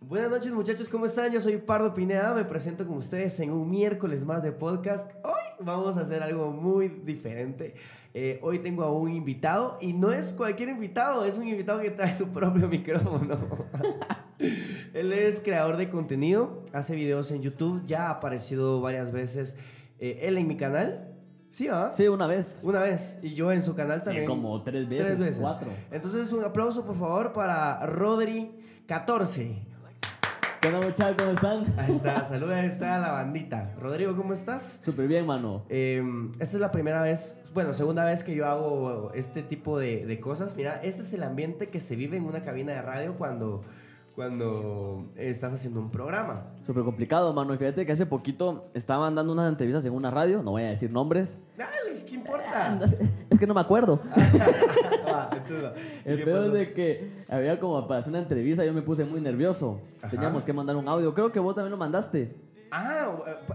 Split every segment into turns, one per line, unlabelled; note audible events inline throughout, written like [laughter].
Buenas noches muchachos, ¿cómo están? Yo soy Pardo Pineda, me presento con ustedes en un miércoles más de podcast. Hoy vamos a hacer algo muy diferente. Eh, hoy tengo a un invitado y no es cualquier invitado, es un invitado que trae su propio [laughs] micrófono. Él es creador de contenido, hace videos en YouTube, ya ha aparecido varias veces eh, él en mi canal. Sí, ¿ah?
Sí, una vez.
Una vez. Y yo en su canal
Sí,
también.
como tres veces, cuatro.
Entonces, un aplauso, por favor, para Rodri14.
¿Qué onda, muchachos? ¿Cómo están?
Ahí está, saluda, ahí está la bandita. Rodrigo, ¿cómo estás?
Súper bien, mano.
Eh, esta es la primera vez, bueno, segunda vez que yo hago este tipo de, de cosas. Mira, este es el ambiente que se vive en una cabina de radio cuando, cuando estás haciendo un programa.
Súper complicado, mano. Y fíjate que hace poquito estaban dando unas entrevistas en una radio, no voy a decir nombres.
Ay, ¿Qué importa?
Es que Ah, no me acuerdo.
[laughs] Ah, entonces, va. ¿Y
El
qué
pedo
pasó?
es de que había como para hacer una entrevista, yo me puse muy nervioso.
Ajá.
Teníamos que mandar un audio. Creo que vos también lo mandaste.
Ah,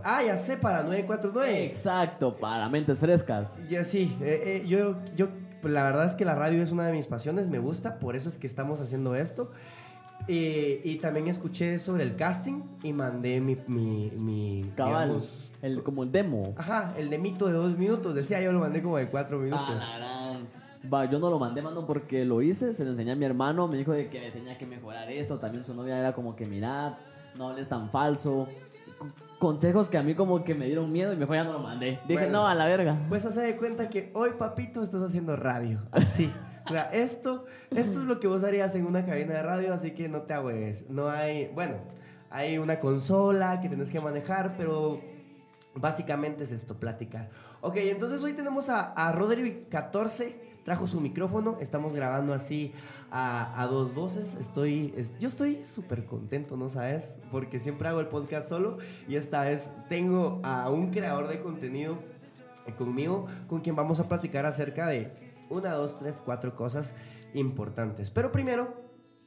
ah, ya sé, para 949.
Exacto, para mentes frescas.
Ya sí, eh, eh, yo, yo, la verdad es que la radio es una de mis pasiones, me gusta, por eso es que estamos haciendo esto. Eh, y también escuché sobre el casting y mandé mi, mi, mi,
Cabal.
digamos,
El, como el demo.
ajá, el de mito de dos minutos, decía yo lo mandé como de cuatro minutos.
Ah, la gran. Va, yo no lo mandé, mano, porque lo hice, se lo enseñé a mi hermano, me dijo de que tenía que mejorar esto, también su novia era como que, mirá, no hables tan falso. Con- Consejos que a mí como que me dieron miedo y mejor ya no lo mandé. Dije,
Bueno.
no, a la verga.
Pues hace de cuenta que hoy, papito, estás haciendo radio. Así. O sea, esto, esto es lo que vos harías en una cabina de radio, así que no te agüeves. No hay. Bueno, hay una consola que tenés que manejar, pero básicamente es esto, platicar. Ok, entonces hoy tenemos a, a Roderick 14. Trajo su micrófono, estamos grabando así a, a dos voces. Estoy, es- yo estoy súper contento, ¿no sabes? Porque siempre hago el podcast solo y esta vez tengo a un creador de contenido conmigo, con quien vamos a platicar acerca de una, dos, tres, cuatro cosas importantes. Pero primero,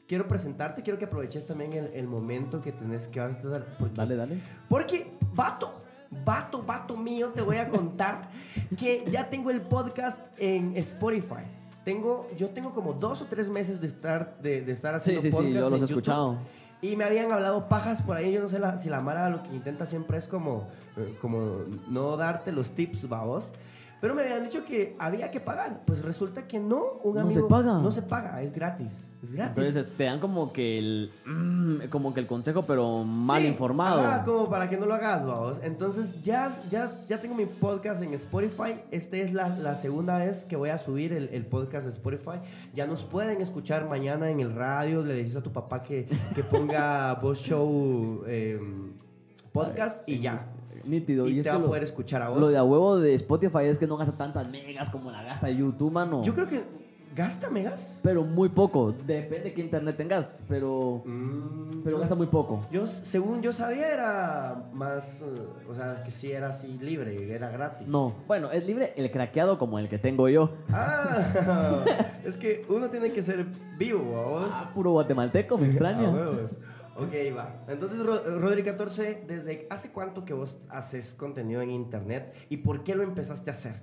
quiero presentarte, quiero que aproveches también el, el momento que tenés que vas a estar. Porque,
Dale, dale.
porque, vato, vato, vato mío, te voy a contar [laughs] que ya tengo el podcast en Spotify. Tengo, yo tengo como dos o tres meses de estar, de, de estar
Sí,
haciendo
sí,
podcast
sí, yo
en
los he
YouTube.
escuchado.
Y me habían hablado pajas por ahí. Yo no sé la- si la Mara lo que intenta siempre es como, eh, como no darte los tips, babos. Pero me habían dicho que había que pagar. Pues resulta que no, un
No
amigo-
se paga.
No se paga, es gratis. Es gratis.
Entonces te dan como que el, mm, como que el consejo, pero mal
Sí,
informado.
ajá, como para que no lo hagas, babos. Entonces ya, ya, ya tengo mi podcast en Spotify. Esta es la, la segunda vez que voy a subir el, el podcast de Spotify. Ya nos pueden escuchar mañana en el radio. Le decís a tu papá que, que
[laughs]
ponga Voz Show eh, podcast y ya.
Nítido.
Y
es
te
que
va a
lo-
poder escuchar a vos.
Lo de a huevo de Spotify es que no gasta tantas megas como la gasta YouTube, mano.
Yo creo que gasta megas.
Pero muy poco. Depende de qué internet tengas, pero...
Mm,
Pero
yo-
gasta muy poco.
Yo, según yo sabía, era más. eh, o sea, que sí era así libre, era gratis.
No. Bueno, es libre el craqueado como el que tengo yo.
Ah, [laughs] es que uno tiene que ser vivo, ¿vos?
Ah, puro guatemalteco, me
Ah,
extraña.
huevos. Ok, va. Entonces, Ro- Rodri 14, ¿desde hace cuánto que vos haces contenido en internet y por qué lo empezaste a hacer?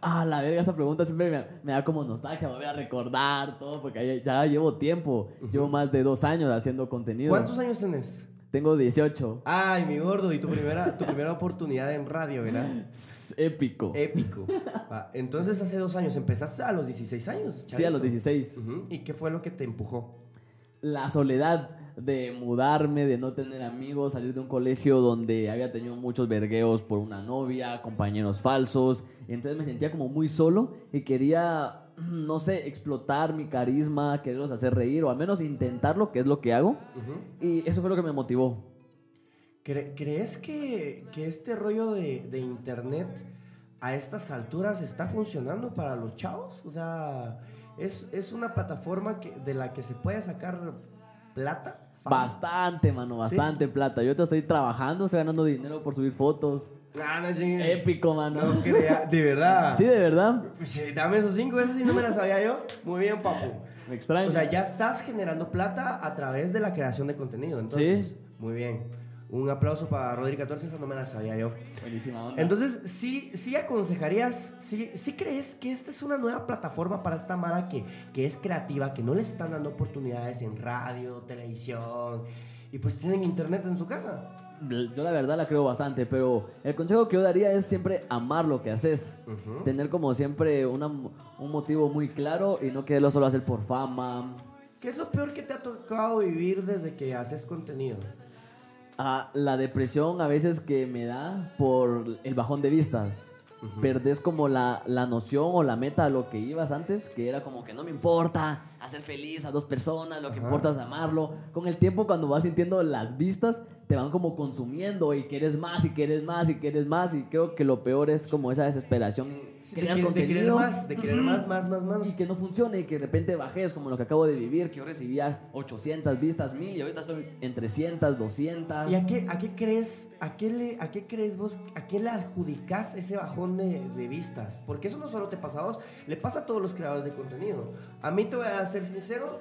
Ah, la verga, esta pregunta siempre me, me da como nostalgia volver a recordar todo, porque ya, ya llevo tiempo. Llevo más de dos años haciendo contenido.
¿Cuántos años tenés?
Tengo 18.
Ay, mi gordo, y tu primera, tu primera oportunidad en radio,
[laughs]
¿verdad?
Es épico.
Épico. Va, Entonces, hace dos años, empezaste a los 16 años.
sí, a los
chavito.
16.
Ujú, ¿Y qué fue lo que te empujó?
La soledad de mudarme, de no tener amigos, salir de un colegio donde había tenido muchos vergueos por una novia, compañeros falsos. Y entonces me sentía como muy solo y quería, [clears throat] no sé, explotar mi carisma, quererlos hacer reír o al menos intentarlo, que es lo que hago. Y eso fue lo que me motivó.
Cre- ¿Crees que, que este rollo de, de internet a estas alturas está funcionando para los chavos? O sea, es, es una plataforma que, de la que se puede sacar plata. fama?
Bastante, mano, bastante plata. Yo te estoy trabajando, estoy ganando dinero por subir fotos.
Ah, no, chingue.
Épico, mano.
No crea- de verdad.
eh, Sí, de verdad.
Pues, sí, dame esos cinco, eso sí no me la sabía yo. Muy bien, papu.
Me extraña.
O sea, ya estás generando plata a través de la creación de contenido. Entonces,
Sí.
muy bien. Un aplauso para Rodri 14, esa no me la sabía yo.
Buenísima onda.
Entonces, sí, sí aconsejarías, sí, sí crees que esta es una nueva plataforma para esta Mara que, que es creativa, que no les están dando oportunidades en radio, televisión, y pues tienen internet en su casa.
Yo la verdad la creo bastante, pero el consejo que yo daría es siempre amar lo que haces. Tener como siempre una- un motivo muy claro y no quererlo solo hacer por fama.
¿Qué es lo peor que te ha tocado vivir desde que haces contenido?
Ah, la depresión a veces que me da por el bajón de vistas. Perdés como la, la noción o la meta a lo que ibas antes, que era como que no me importa hacer feliz a dos personas, lo que
Ajá.
importa es amarlo. Con el tiempo cuando vas sintiendo las vistas, te van como consumiendo y quieres más y quieres más y quieres más y creo que lo peor es como esa desesperación en
Sí,
crear
de, querer- de querer
contenido
más, de querer más, más, más, más.
y que no funcione y que de repente bajes como lo que acabo de vivir, que yo recibía 800 vistas, 1000 y ahorita estoy en 300, 200.
¿Y a qué, a qué crees, a qué le, a qué crees vos, a qué le adjudicás ese bajón de, de vistas? Porque eso no solo te pasa a vos, le pasa a todos los creadores de contenido. A mí te voy a ser sincero,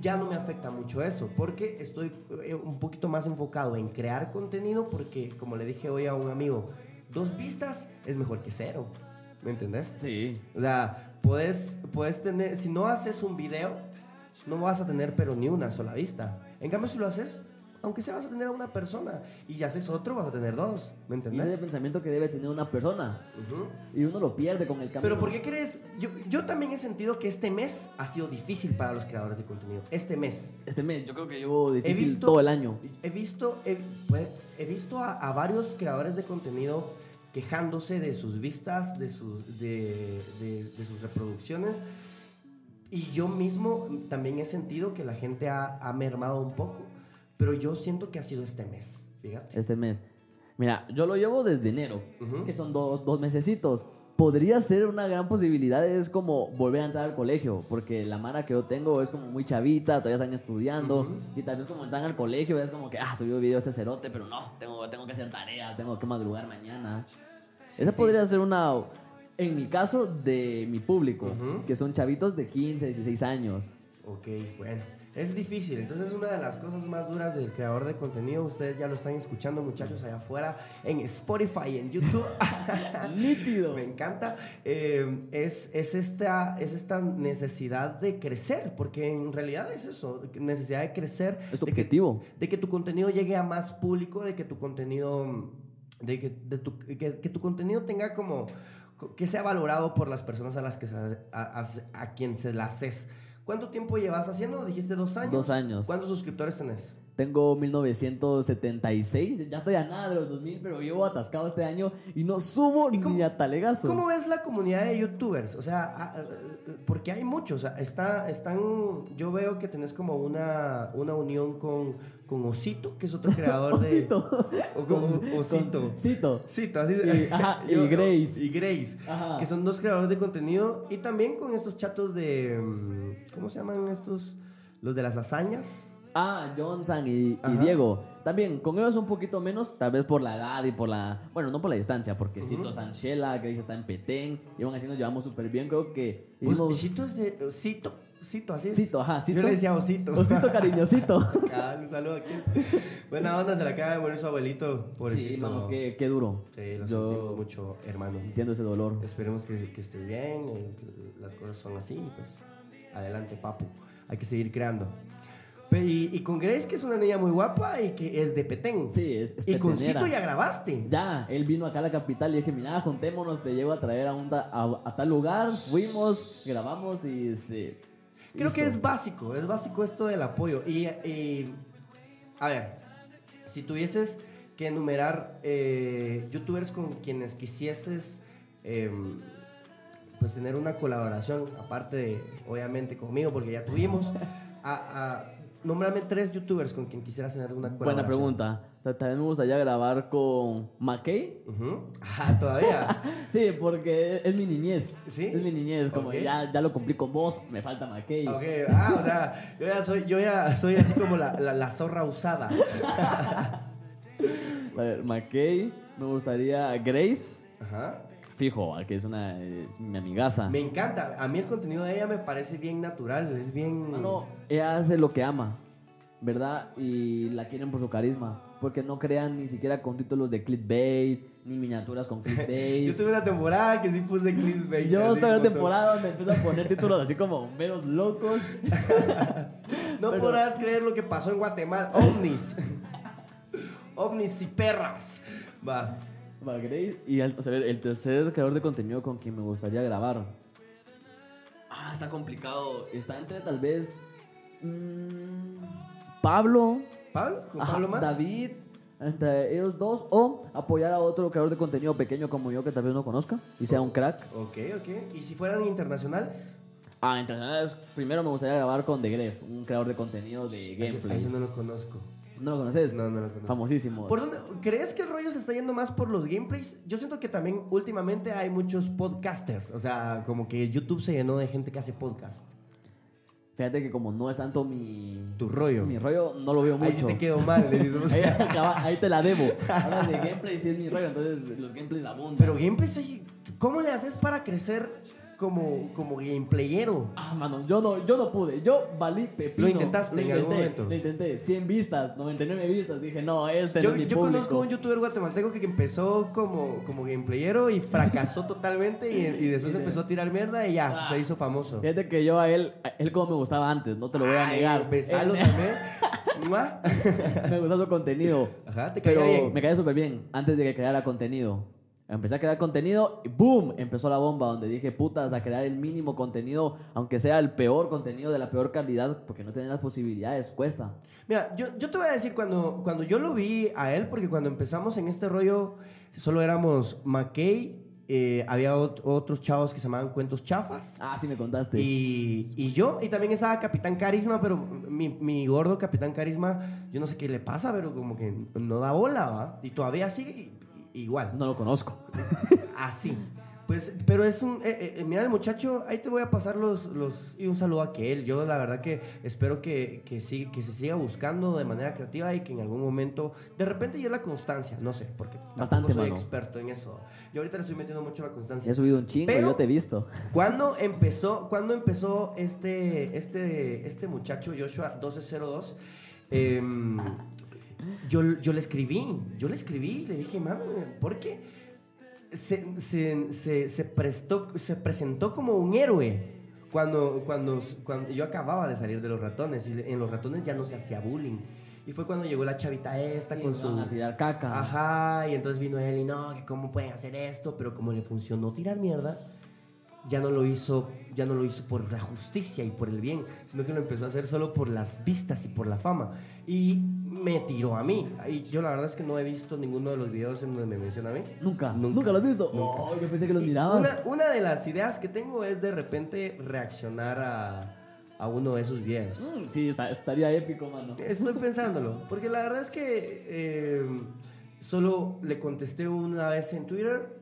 ya no me afecta mucho eso, porque estoy eh, un poquito más enfocado en crear contenido, porque como le dije hoy a un amigo, dos vistas es mejor que cero, ¿me entendés?
Sí.
O sea, puedes, puedes tener, si no haces un video, no vas a tener pero ni una sola vista. En cambio, si lo haces, aunque sea vas a tener a una persona y ya haces otro, vas a tener dos. ¿Me
Y ese es
entendés?
el pensamiento que debe tener una persona.
Ujú.
Y uno lo pierde con el cambio.
Pero ¿por qué crees? Yo, yo también he sentido que este mes ha sido difícil para los creadores de contenido. Este mes.
Este mes, yo creo que llevo difícil
He visto-
todo el año.
He visto, he, pues, he visto a, a varios creadores de contenido quejándose de sus vistas, de sus, de, de- de sus reproducciones. Y yo mismo también he sentido que la gente ha, ha mermado un poco. Pero yo siento que ha sido este mes, fíjate.
Este mes. Mira, yo lo llevo desde enero,
Ujú.
que son dos, dos mesecitos. Podría ser una gran posibilidad, es como volver a entrar al colegio, porque la mara que yo tengo es como muy chavita, todavía están estudiando, y tal vez como entran al colegio es como que, ah, subió video este cerote, pero no, tengo, tengo que hacer tareas, tengo que madrugar mañana. Esa podría ser una, en mi caso, de mi público,
Ujú.
que son chavitos de 15,
[laughs]
16 años.
Ok, bueno. Es difícil, entonces es una de las cosas más duras del creador de contenido. Ustedes ya lo están escuchando, muchachos, allá afuera, en Spotify, en YouTube. [laughs]
Nítido.
Me encanta. Eh, es, es, esta, es esta necesidad de crecer, porque en realidad es eso, necesidad de crecer.
Es tu
de que-
objetivo.
De que, tu contenido llegue a más público, de que tu contenido, de que, de tu, que, que tu contenido tenga como, que sea valorado por las personas a las que se- a, a- a quien se la haces. ¿Cuánto tiempo llevas haciendo? Dijiste dos años.
Dos años.
¿Cuántos suscriptores tenés?
Tengo 1976, ya estoy a nada de los 2000, pero llevo atascado este año y no subo
¿Y cómo-
ni a talegazos. [laughs]
¿Cómo es la comunidad de youtubers? O sea, a- a- porque hay muchos. o sea, Está, están, yo veo que tenés como una, una unión con, con Osito, que es
[laughs]
otro creador de...
Osito.
O con,
Con-
Osito.
con- Cito.
Osito, así se- [laughs]
Y- ajá, y Grace. Ah.
Y Grace.
Ajá.
Que son dos creadores de contenido. Y también con estos chatos de... mm, ¿Cómo se llaman estos? Los de las hazañas.
Ah, Johnson y, y
Ajá.
Diego. También, con ellos un poquito menos, tal vez por la edad y por la... Bueno, no por la distancia, porque Cito está en Shela, Grace está en Petén, y aún así nos llevamos súper bien, creo que... hicimos-
Osito es de... Osito. Osito, así es.
Cito, ajá, Cito.
Yo le decía Osito.
Osito cariñosito.
Ah, un saludo aquí. Buena onda, se la acaba de morir su abuelito.
sí,
[laughs] pobrecito.
mano, qué, qué duro.
Sí, lo sentimos
Yo
mucho, hermano.
entiendo ese dolor.
Esperemos que, que esté bien, eh, que las cosas son así, y pues adelante, papu. Hay que seguir creando. Pe- y, y con Grace, que es una niña muy guapa y que es de Petén.
Sí, es, es
y con
petenera.
Cito ya grabaste.
Ya, él vino acá a la capital y dije, mira, juntémonos, te llevo a traer a, un ta- a, a tal lugar, fuimos, grabamos y se...
Creo que
hizo.
es básico, es básico esto del apoyo. Y, y, a ver, si tuvieses que enumerar eh, youtubers con quienes quisieses eh, pues tener una colaboración, aparte de, obviamente, conmigo, porque ya
[laughs]
tuvimos, a, a- nómbrame tres youtubers con quien quisieras tener una
Buena
colaboración.
pregunta. Ta- También me gustaría grabar con McKay.
Ujú. Ah,
[laughs]
todavía.
Sí, porque es, es mi niñez.
¿Sí?
Es mi niñez, como
Ok.
ya, ya lo cumplí con vos, me falta McKay.
Ok, ah, o sea, yo ya soy, yo ya soy así como la, la- la zorra usada.
A ver, McKay, me gustaría Grace,
Ajá.
fijo, que es una es mi amigaza.
Me encanta. A mí el contenido de ella me parece bien natural, es bien.
Mano, ella hace lo que ama, ¿verdad? Y la quieren por su carisma. Porque no crean ni siquiera con títulos de clickbait, ni miniaturas con
Yo
clickbait.
tuve una temporada que sí puse clickbait.
Yo
así
estoy en una
como
[laughs] temporada donde empiezo a poner títulos así como meros locos.
No podrás creer lo que pasó en Guatemala.
[laughs]
Ovnis. Ovnis y perras. Va.
Va, Grace. Y al- o sea, a ver, el tercer creador de contenido con quien me gustaría grabar. Ah, está complicado. Está entre tal vez. mm, Pablo.
¿Pablo? ¿Con
ajá,
Pablo más?
David. Entre ellos dos. O apoyar a otro creador de contenido pequeño como yo que tal vez no conozca y sea un crack.
Ok, ok. ¿Y si fueran internacionales?
Ah, entre las- primero me gustaría grabar con The Gref, un creador de contenido de
A
gameplays.
ese no
no,
lo conozco.
lo conoces?
No, no lo conozco.
Famosísimo.
¿Por dónde, ¿Crees que el rollo se está yendo más por los gameplays? Yo siento que también últimamente hay muchos podcasters. O sea, como que YouTube se llenó de gente que hace podcast.
Fíjate que como no es tanto mi.
Tu rollo.
Mi rollo no lo veo
Ahí
mucho.
sí te quedó mal. le [laughs] dices, o
[laughs] Ahí,
sea,
acaba- ahí te la debo. Ahora de gameplay sí es mi rollo, entonces los gameplays abundan.
Pero gameplays, ay, ¿cómo le haces para crecer como, como gameplayero?
Ah, mano, yo no, yo no pude. Yo valí pepino.
Lo intentaste
Lo
en algún
intenté,
momento.
Lo intenté. 100 vistas, 99 vistas. Dije, no, este no
Yo,
es mi
yo
público.
conozco un youtuber guatemalteco que empezó como, como gameplayero y fracasó totalmente y, y después
Sí, sí.
empezó a tirar mierda y ya,
Ah.
se hizo famoso.
Fíjate que yo a él, a él como me gustaba antes, no te lo voy a
Ay,
negar.
besalo
Él
también. Mua.
[laughs] me, me gustaba su contenido.
[laughs] Ajá, te caía
pero
bien.
me caía súper bien antes de que creara contenido. Empecé a crear contenido y ¡boom! Empezó la bomba donde dije, putas, a crear el mínimo contenido, aunque sea el peor contenido de la peor calidad, porque no tener las posibilidades cuesta.
Mira, yo, yo te voy a decir, cuando, cuando yo lo vi a él, porque cuando empezamos en este rollo, solo éramos McKay, eh, había ot- otros chavos que se llamaban Cuentos Chafas.
Ah, sí me contaste.
Y, y yo, y también estaba Capitán Carisma, pero mi, mi gordo Capitán Carisma, yo no sé qué le pasa, pero como que no da bola, ¿va? Y todavía sigue i- igual,
No lo conozco.
así. Pues, pero es un... eh, eh, mira, el muchacho, ahí te voy a pasar los, los... Y un saludo a que él. Yo la verdad que espero que, que, sí, que se siga buscando de manera creativa y que en algún momento... De repente yo la constancia, no sé, porque tampoco
Bastante,
soy
mano.
experto en eso. Yo ahorita le estoy metiendo mucho la constancia.
He subido un chingo,
Pero-
yo te he visto.
¿Cuándo empezó, cuándo empezó este, este, este muchacho, Joshua 1202? Em, yo, yo le escribí, yo le escribí, le dije, mano, ¿por qué? Se, se- se- se prestó, se presentó como un héroe cuando, cuando, cuando yo acababa de salir de los ratones y en los ratones ya no se hacía bullying. Y fue cuando llegó la chavita esta con
Y van a
su...
tirar caca.
Ajá, y entonces vino él y no, que cómo pueden hacer esto, pero como le funcionó tirar mierda, ya no lo hizo, ya no lo hizo por la justicia y por el bien, sino que lo empezó a hacer solo por las vistas y por la fama. Y me tiró a mí. Y yo la verdad es que no he visto ninguno de los videos en donde me menciona a mí.
Nunca,
Nunca.
nunca, lo has visto. Oh, yo pensé que los mirabas.
Una, una de las ideas que tengo es de repente reaccionar a, a uno de esos videos.
Mm, sí, está- estaría épico, mano.
Estoy pensándolo, porque la verdad es que eh, solo le contesté una vez en Twitter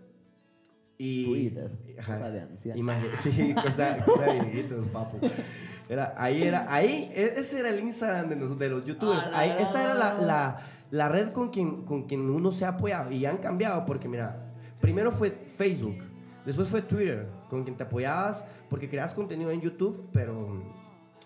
y...
Twitter, cosa de anciano.
Imagi- [laughs] sí, cosa, cosa de viejitos, papu. Era, ahí era, ahí, e- ese era el Instagram de, los- de los youtubers.
Ah, la
Ahí- esta era la,
gran.
la- la red con quien, con quien uno se ha apoyado y han cambiado, porque mira, primero fue Facebook, después fue Twitter, con quien te apoyabas, porque creabas contenido en YouTube, pero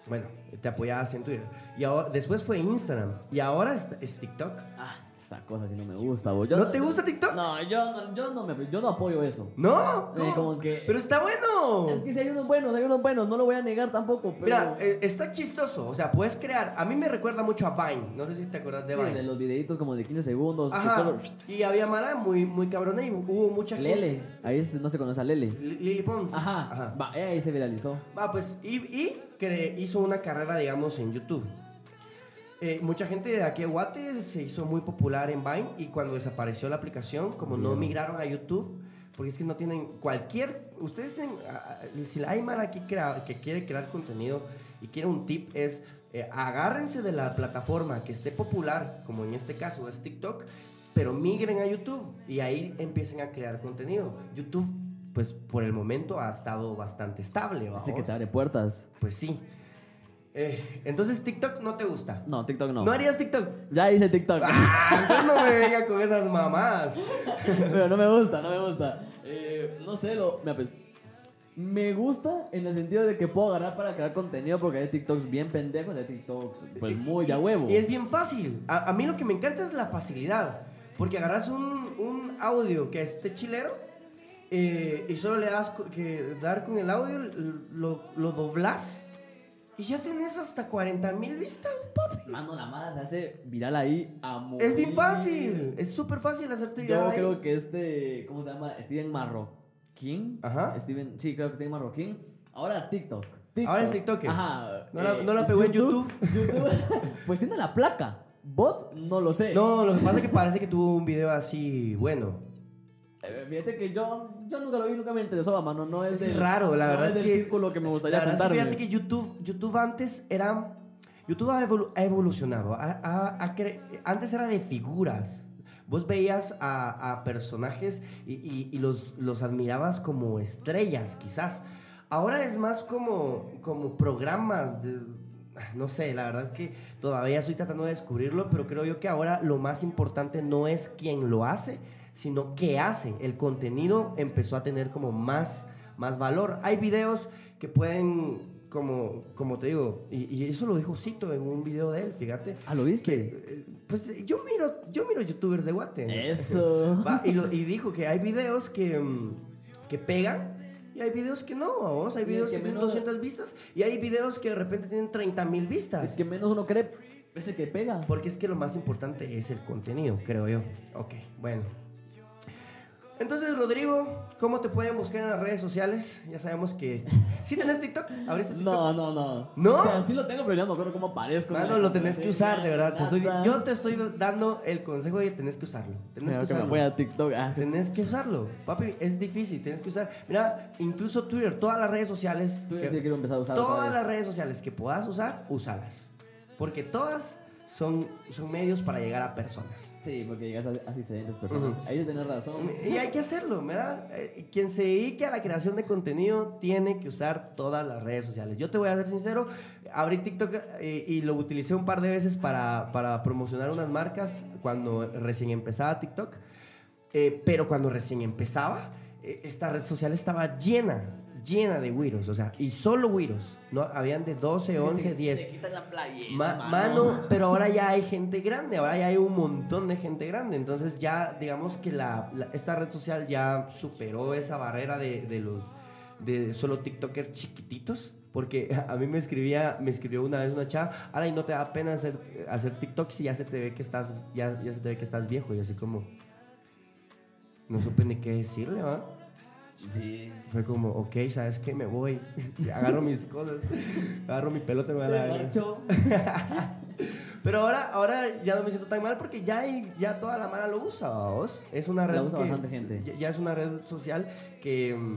bueno, te apoyabas en Twitter. Y ahora, después fue Instagram. Y ahora es, es TikTok.
Ah, esa cosa sí no me gusta, bo. Yo
¿No te gusta TikTok?
No, yo no, yo no, me, yo no apoyo eso.
¡No!
Eh,
¿Cómo?
como que-
Pero está bueno.
Es que si hay unos buenos, hay unos buenos, no lo voy a negar tampoco, pero...
Mira, eh, está chistoso. O sea, puedes crear. A mí me recuerda mucho a Vine. No sé si te acuerdas de
sí,
Vine.
de los videitos como de 15 segundos. que
Ajá.
solo-
Y había Mara muy, muy cabrona y hubo mucha
Lele,
gente.
ahí se- no se conoce a Lele.
Li- Lily Pons.
Ajá, Va, eh, ahí se viralizó.
Ah, pues, y, y cre- hizo una carrera, digamos, en YouTube. Eh, mucha gente de aquí de Guate se hizo muy popular en Vine y cuando desapareció la aplicación, como no migraron a YouTube, porque es que no tienen cualquier... Ustedes, en- ah, ah, si hay mal aquí crea- que quiere crear contenido y quiere un tip, es eh, agárrense de la plataforma que esté popular, como en este caso es TikTok, pero migren a YouTube y ahí empiecen a crear contenido. YouTube, pues por el momento ha estado bastante estable. ¿va
Dice que
Ah, vos?
te abre puertas.
Pues sí. Eh, entonces TikTok no te gusta.
No, TikTok no.
¿No harías
[laughs]
TikTok?
Ya hice TikTok.
Ah, entonces no me venga con esas mamás.
[laughs] Pero no me gusta, no me gusta. Eh, no sé, lo, me, apes- me gusta en el sentido de que puedo agarrar para crear contenido porque hay TikToks bien pendejos, hay TikToks pues muy de a huevo.
Y es bien fácil. A, a mí lo que me encanta es la facilidad. Porque agarras un, un audio que es este chilero eh, y solo le das co- que dar con el audio, l- lo, lo doblas Y ya tenés hasta 40 mil vistas, papi.
Mano, la mala se hace viral ahí a morir.
Es bien fácil. Es súper fácil hacerte viral.
Yo
ahí.
creo que este, ¿cómo se llama? Steven Marroquín.
Ajá.
Steven, sí, creo que Steven Marroquín. Ahora TikTok.
Ahora es TikToker.
Ajá. Eh,
No la- no la pegó en
YouTube.
[laughs]
pues tiene la placa. Bot, no lo sé.
No, lo que pasa es que parece que tuvo un video así bueno.
Eh, Fíjate que yo, yo nunca lo vi, nunca me interesó, mano. No es
Es
del,
raro, la
no
verdad
es
es
del
que-
círculo que me
La
gustaría
verdad es que
contarme.
fíjate que YouTube, YouTube antes era. YouTube ha, evolu- ha evolucionado. ha- ha- ha cre- antes era de figuras. Vos veías a, a personajes y, y- y los, los admirabas como estrellas, quizás. Ahora es más como, como programas. de- no sé, la verdad es que todavía estoy tratando de descubrirlo, pero creo yo que ahora lo más importante no es quién lo hace, sino qué hace. El contenido empezó a tener como más, más valor. Hay videos que pueden, como, como te digo, y, y eso lo dijo Cito en un video de él, fíjate.
Ah, ¿lo viste?
Eh, Pues yo miro, yo miro youtubers de Guate. [laughs]
Eso.
Va, y, lo- y dijo que hay videos que, mm, que pegan. Y hay videos que no, vamos. Hay
Y el
videos
que
que tienen
menos-
200 vistas. Y hay videos que de repente tienen 30 mil vistas.
El que menos uno cree es el que pega.
Porque es que lo más importante es el contenido, creo yo. Ok, bueno. Entonces, Rodrigo, ¿cómo te pueden buscar en las redes sociales? Ya sabemos que. ¿Sí tenés TikTok? ¿Abriste TikTok?
[laughs] No, no, no.
¿No?
O sea, sí lo tengo, pero ya no me acuerdo cómo aparezco.
Mano,
No,
lo tenés que usar, de verdad. Te estoy-
nada.
yo te estoy dando el consejo de tenés que usarlo. Tenés
Mira,
que
que me
usarlo.
voy a TikTok. ah, que
Tenés que usarlo, papi, es difícil, tenés que usar. Mira, incluso Twitter, todas las redes sociales.
Twitter
que-
sí quiero empezar a usar otra
Todas
vez.
las redes sociales que puedas usar, usalas. Porque todas son, son medios para llegar a personas.
Sí, porque llegas a, a diferentes personas. Ahí de tener razón.
Y hay que hacerlo, ¿verdad? Eh, Quien se dedique a la creación de contenido tiene que usar todas las redes sociales. Yo te voy a ser sincero, abrí TikTok eh, y lo utilicé un par de veces para, para promocionar unas marcas cuando recién empezaba TikTok. Eh, pero cuando recién empezaba, eh, esta red social estaba llena, llena de güiros, o sea, y solo güiros. No, habían de 12, 11, 10.
quitan la playera.
Ma-
[laughs]
mano, pero ahora ya hay gente grande, ahora ya hay un montón de gente grande. Entonces ya, digamos que la, la- esta red social ya superó esa barrera de, de los de solo TikTokers chiquititos. Porque [laughs] a mí me escribía, me escribió una vez una chava, ahora y no te da pena hacer, hacer TikTok si ya se te ve que estás, ya, ya se te ve que estás viejo. Y así como no supe ni qué decirle, ¿va?
Sí.
Fue como, ok, ¿sabes qué? Me voy. [laughs] Agarro mis cosas. [laughs] Agarro mi pelota y me voy a la
Se
verga.
marchó.
Pero ahora, ahora ya no me siento tan mal porque ya, hay- ya toda la mala lo usa, ¿vaos? Es una red
La usa
que-
bastante gente.
Ya, ya es una red social que mm,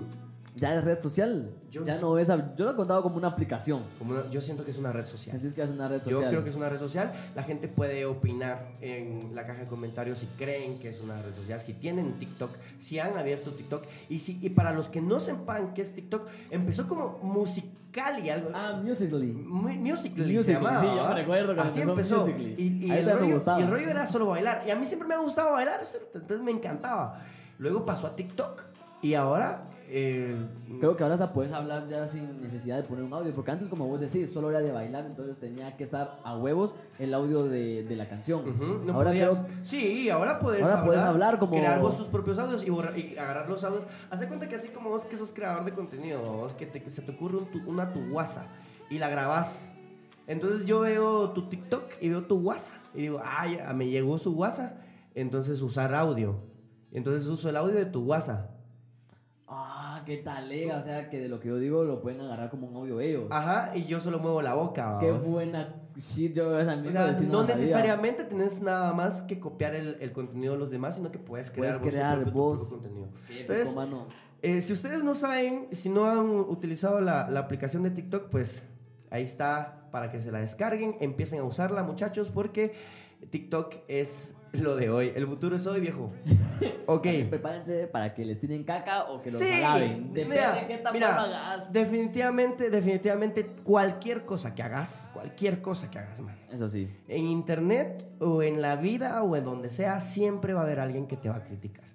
Ya es red social.
Yo-
ya no es. a- Yo lo he contado como una aplicación.
como una- yo siento que es una red social.
Sentís que es una red
Yo
social.
creo que es una red social. La gente puede opinar en la caja de comentarios si creen que es una red social, si tienen TikTok, si han abierto TikTok. Y, si, y para los que no sepan qué es TikTok, empezó como musical y algo.
Ah, Musically.
Mu- Musical.ly
Musical.ly,
se llamaba,
sí, yo me
¿verdad?
recuerdo cuando
Así
empezó
empezó.
Musical.ly.
Y, y
Ahí
el
también me
rollo,
gustaba.
y el rollo era solo bailar. Y a mí siempre me ha gustado bailar, ¿cierto? entonces me encantaba. Luego pasó a TikTok y ahora... eh,
Creo que ahora hasta puedes hablar ya sin necesidad de poner un audio. Porque antes, como vos decís, solo era de bailar. Entonces tenía que estar a huevos el audio de, de la canción.
ujú, no
ahora
podías-
creo
Sí, ahora puedes
ahora
hablar,
puedes hablar como-
crear vos tus propios audios y, borrar- y agarrar los audios. Hace cuenta que así como vos que sos creador de contenido, vos que te- se te ocurre un tu- una tu guasa y la grabás. Entonces yo veo tu TikTok y veo tu WhatsApp y digo, ay, ah, me llegó su WhatsApp, entonces usar audio. Entonces uso el audio de tu WhatsApp.
Ah, qué talega. O sea, que de lo que yo digo lo pueden agarrar como un audio ellos.
Ajá, y yo solo muevo la boca.
Qué
vos.
buena shit. Yo esa
O
mierda
sea,
decir,
no
la sabía.
necesariamente tenés nada más que copiar el, el contenido de los demás, sino que puedes crear
Puedes crear
tu propio- tu
vos.
propio contenido.
Qué épico,
Entonces,
mano.
Eh, si ustedes no saben, si no han utilizado la, la aplicación de TikTok, pues ahí está para que se la descarguen, empiecen a usarla muchachos, porque TikTok es lo de hoy. El futuro es hoy, viejo. Ok.
También prepárense para que les tiren caca o que los
Sí,
alaben. Depende
mira,
de qué tan
mira,
malo hagas.
Definitivamente, definitivamente cualquier cosa que hagas, cualquier cosa que hagas, man.
Eso sí.
En internet o en la vida o en donde sea, siempre va a haber alguien que te va a criticar.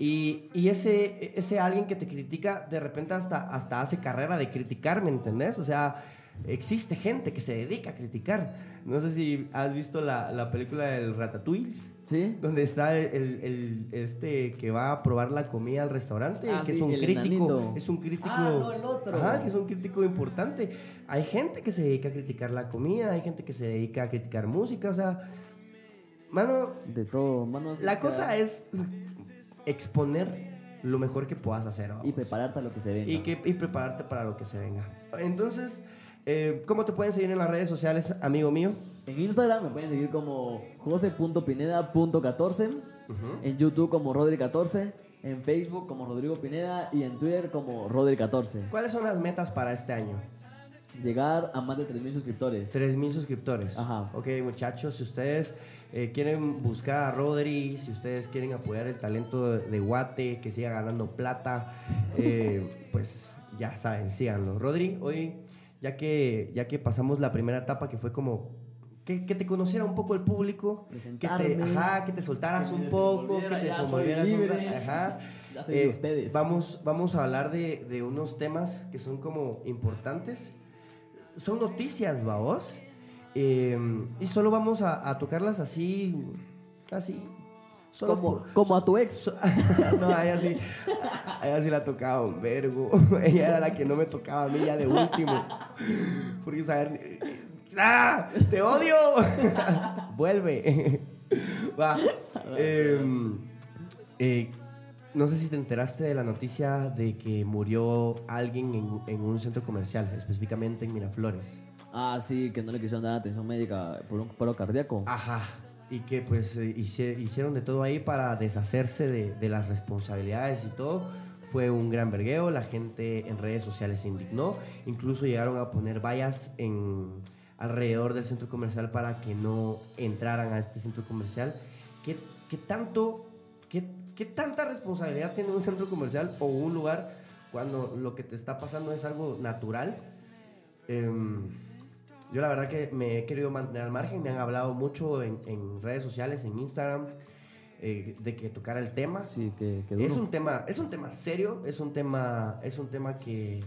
Y, y ese, ese alguien que te critica, de repente hasta, hasta hace carrera de criticar, ¿me entendés? O sea, existe gente que se dedica a criticar. No sé si has visto la, la película del Ratatouille,
¿Sí?
donde está el, el- este que va a probar la comida al restaurante,
Ah,
que
sí,
es un
el
crítico.
enanito.
Es un crítico.
Ah, no, el otro.
Ajá, que es un crítico importante. Hay gente que se dedica a criticar la comida, hay gente que se dedica a criticar música, o sea. Mano,
De todo, manos.
la cosa es exponer lo mejor que puedas hacer. ¿va?
Y prepararte a lo que se venga.
y, que, y prepararte para lo que se venga. Entonces, eh, ¿cómo te pueden seguir en las redes sociales, amigo mío?
En Instagram me pueden seguir como jose.pineda.14. En YouTube como Rodri14. En Facebook como Rodrigo Pineda. Y en Twitter como Rodri14.
¿Cuáles son las metas para este año?
Llegar a más de 3.000 suscriptores.
3.000 suscriptores.
Ajá.
Ok, muchachos, si ustedes eh, quieren buscar a Rodri, si ustedes quieren apoyar el talento de, de Guate, que siga ganando plata, eh, [laughs] pues ya saben, síganlo. Rodri, hoy, ya que, ya que pasamos la primera etapa, que fue como que, que te conociera un poco el público, que te,
Presentarme.
ajá, que te soltaras
Que me
un poco, que
desenvolviera,
te
ya estoy
desenvolvieras un
libre.
ra- ajá. Eh,
Ya soy de ustedes.
Vamos, vamos a hablar de, de unos temas que son como importantes son noticias, ¿va vos? Eh, y solo vamos a, a tocarlas así, así. Solo
Como,
por-
como a tu ex.
[laughs] no, a ella sí, a ella sí la tocaba un vergo. [laughs] ella era la que no me tocaba a mí ya de último. Porque saber... eh, ¡Ah! ¡Te odio! [laughs] Vuelve. [laughs] Va. eh, eh, no sé si te enteraste de la noticia de que murió alguien en- en un centro comercial, específicamente en Miraflores.
Ah, sí, que no le quisieron dar atención médica por un paro cardíaco.
Ajá. Y que pues eh, hice- hicieron de todo ahí para deshacerse de, de las responsabilidades y todo. Fue un gran vergueo, la gente en redes sociales se indignó, incluso llegaron a poner vallas en, alrededor del centro comercial para que no entraran a este centro comercial. ¿Qué, qué tanto, qué, qué tanta responsabilidad tiene un centro comercial o un lugar cuando lo que te está pasando es algo natural? Em, yo la verdad que me he querido mantener al margen, me han hablado mucho en, en redes sociales, en Instagram, eh, de que tocara el tema.
Sí, que, que
es
duro.
un tema, es un tema serio, es un tema, es un tema que,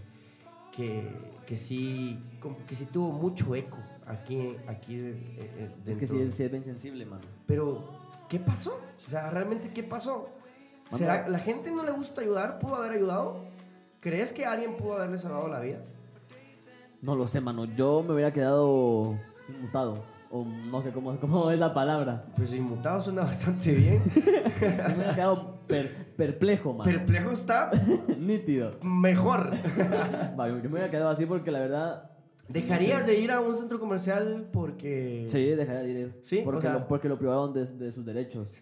que, que sí, como que sí tuvo mucho eco aquí, aquí. eh, eh,
Es que
dentro.
sí, él sí es bien sensible, mano.
Pero, ¿qué pasó? O sea, ¿realmente qué pasó? ¿Será
Manda.
la gente no le gusta ayudar? ¿Pudo haber ayudado? ¿Crees que alguien pudo haberle salvado la vida?
No lo sé, mano. Yo me hubiera quedado inmutado. O no sé cómo, [laughs] cómo es la palabra.
Pues inmutado suena [laughs] bastante bien.
Yo me hubiera quedado per- perplejo, mano.
Perplejo está
[laughs] Nítido.
mejor.
[laughs] Va, yo, yo me hubiera quedado así porque la verdad.
[laughs] ¿Dejarías de ir a un centro comercial porque...
Sí, dejaría de ir.
Sí, o
Porque,
sea-
lo, porque lo privaron de, de sus derechos.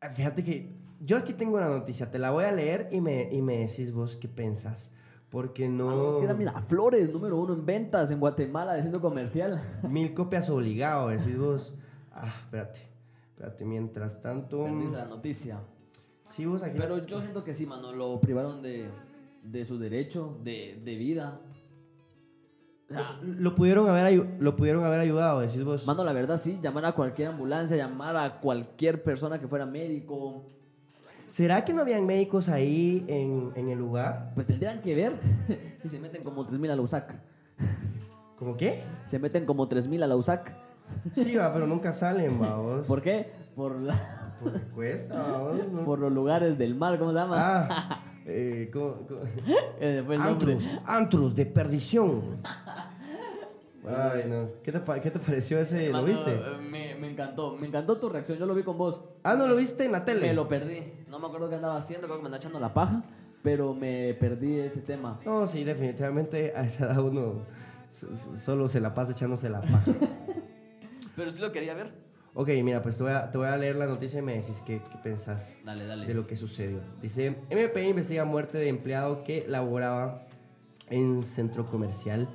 Ah, Fíjate que yo aquí tengo una noticia, te la voy a leer y me, y me decís vos qué pensás. Porque no...
Ah, Es que era Miraflores, número uno en ventas en Guatemala de
[laughs]
centro comercial.
Mil copias obligado, decís vos. Ah, espérate. Espérate, mientras tanto... mm,
Perdiste la noticia.
Sí, vos aquí...
Pero yo siento que sí, mano. Lo privaron de, de su derecho, de, de vida. O sea,
Lo pudieron haber, ayu- lo pudieron haber ayudado, decís vos.
Mando, la verdad, sí, llamar a cualquier ambulancia, llamar a cualquier persona que fuera médico.
¿Será que no habían médicos ahí en, en el lugar?
Pues tendrían que ver [laughs] si se meten como 3.000 a la USAC.
¿Cómo qué?
Se meten como 3.000 a la USAC.
Sí, va, pero nunca salen, va, vos.
[laughs] ¿Por qué? Por, la- [laughs]
Porque cuesta, va, vos. no-
por los lugares del mal, ¿cómo se llama?
Ah, eh, ¿cómo- cómo?
Eh, fue el nombre.
Antros, antros de perdición. Ay, no. ¿Qué te, pa- qué te pareció ese? ¿Lo
Mano,
viste?
eh, Me, me encantó, me encantó tu reacción, yo lo vi con vos.
Ah, ¿no lo viste en la
Me
tele?
lo perdí, no me acuerdo qué andaba haciendo, creo que me andaba echando la paja, pero me perdí ese tema.
No, sí, definitivamente a esa edad uno s- s- solo se la pasa echándose la paja.
Pero sí lo quería ver.
ok, mira, pues te voy, a, te voy a leer la noticia y me decís qué, qué pensás
Dale, dale.
de lo que sucedió. Dice, MP investiga muerte de empleado que laboraba en centro comercial.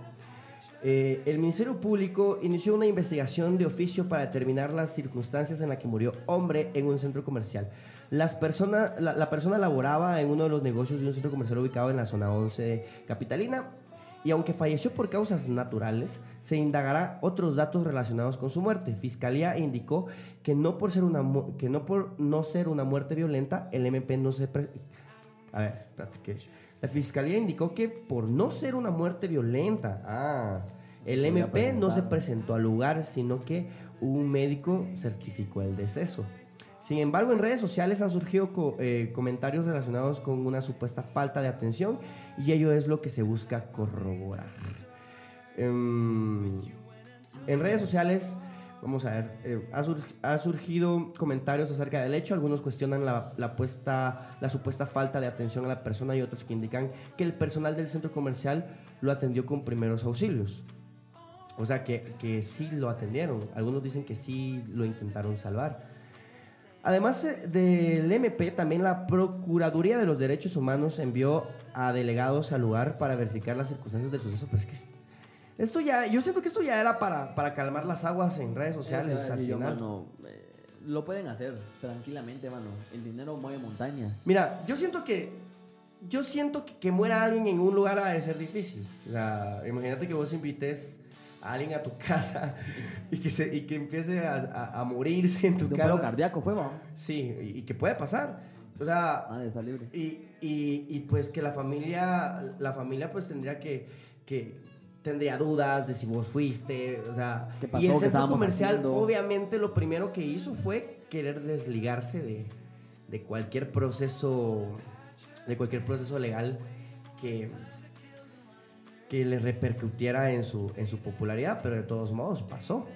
Eh, el Ministerio Público inició una investigación de oficio para determinar las circunstancias en las que murió hombre en un centro comercial. Las persona, la, la persona laboraba en uno de los negocios de un centro comercial ubicado en la zona 11 de Capitalina y aunque falleció por causas naturales, se indagará otros datos relacionados con su muerte. Fiscalía indicó que no por ser una, mu- que no, por no ser una muerte violenta, el MP no se, pre- a ver, espérate, ¿qué? La fiscalía indicó que por no ser una muerte violenta, ah, El
podía
MP no se
presentar.
presentó al lugar, sino que un médico certificó el deceso. Sin embargo, en redes sociales han surgido co- eh, comentarios relacionados con una supuesta falta de atención y ello es lo que se busca corroborar. Em, en redes sociales, vamos a ver, eh, ha, sur- ha surgido comentarios acerca del hecho. Algunos cuestionan la, la puesta- la supuesta falta de atención a la persona y otros que indican que el personal del centro comercial lo atendió con primeros auxilios. O sea, que, que sí lo atendieron. Algunos dicen que sí lo intentaron salvar. Además eh, del MP, también la Procuraduría de los Derechos Humanos envió a delegados al lugar para verificar las circunstancias del suceso. Pero es que esto ya, yo siento que esto ya era para, para calmar las aguas en redes
Eso te iba a
sociales. al
decir yo,
final.
mano, eh, lo pueden hacer tranquilamente, mano. El dinero mueve montañas.
Mira, yo siento que. Yo siento que, que muera alguien en un lugar ha de ser difícil. O sea, imagínate que vos invites a alguien a tu [laughs] casa y que, se, y que empiece a, a- a morirse en
De
tu
un
casa.
paro cardíaco fue, mano.
Sí, y, y que puede pasar. O sea,
Ah, de estar libre.
y, y- y, pues que la familia, la familia pues tendría que, que tendría dudas de si vos fuiste, o sea,
¿Qué
y
pasó?
el
¿Qué
centro
estábamos
comercial
haciendo?
obviamente lo primero que hizo fue querer desligarse de, de cualquier proceso, de cualquier proceso legal que que le repercutiera en su, en su popularidad, pero de todos modos pasó.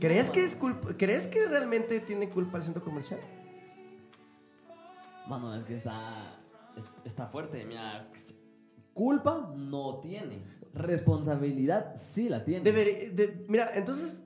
¿Crees que, es culpa, ¿Crees que realmente tiene culpa el centro comercial?
Mano, es que está, es- está fuerte. Mira, culpa no tiene. Responsabilidad sí la tiene.
Deberí- de- mira, entonces,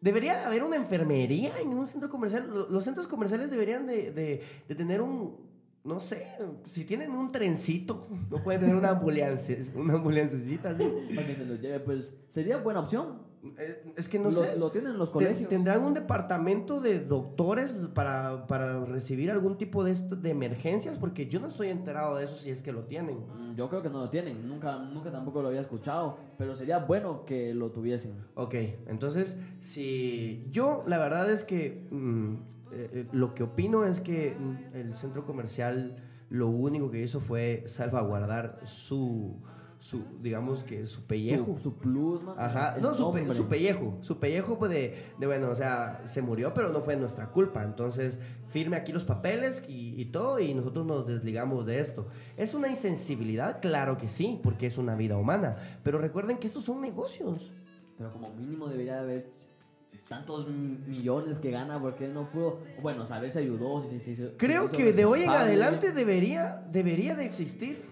¿debería haber una enfermería en un centro comercial? Lo- Los centros comerciales deberían de, de- de tener un, no sé, si tienen un trencito, no pueden tener una ambulancia, [laughs] una ambulancecita así.
Para que se los lleve, pues sería buena opción.
Eh, Es que no
lo,
sé.
lo tienen los
Te-
colegios.
¿Tendrán un departamento de doctores para, para recibir algún tipo de, esto- de emergencias? Porque yo no estoy enterado de eso si es que lo tienen.
Mm, Yo creo que no lo tienen. Nunca, nunca tampoco lo había escuchado. Pero sería bueno que lo tuviesen.
Ok, entonces, si yo la verdad es que mm, eh, eh, lo que opino es que mm, el centro comercial lo único que hizo fue salvaguardar su, su digamos que su pellejo.
Su, su plus, mano.
Ajá,
el
no, su, pe-
nombre.
su pellejo, su pellejo pues de, de, bueno, o sea, se murió, pero no fue nuestra culpa, entonces firme aquí los papeles y, y todo y nosotros nos desligamos de esto. ¿Es una insensibilidad? Claro que sí, porque es una vida humana, pero recuerden que estos son negocios.
Pero como mínimo debería haber tantos mi- millones que gana porque no pudo. Bueno, saber si ayudó, si, si- si-
Creo
si hizo
que de hoy en
responsable.
adelante debería, debería de existir,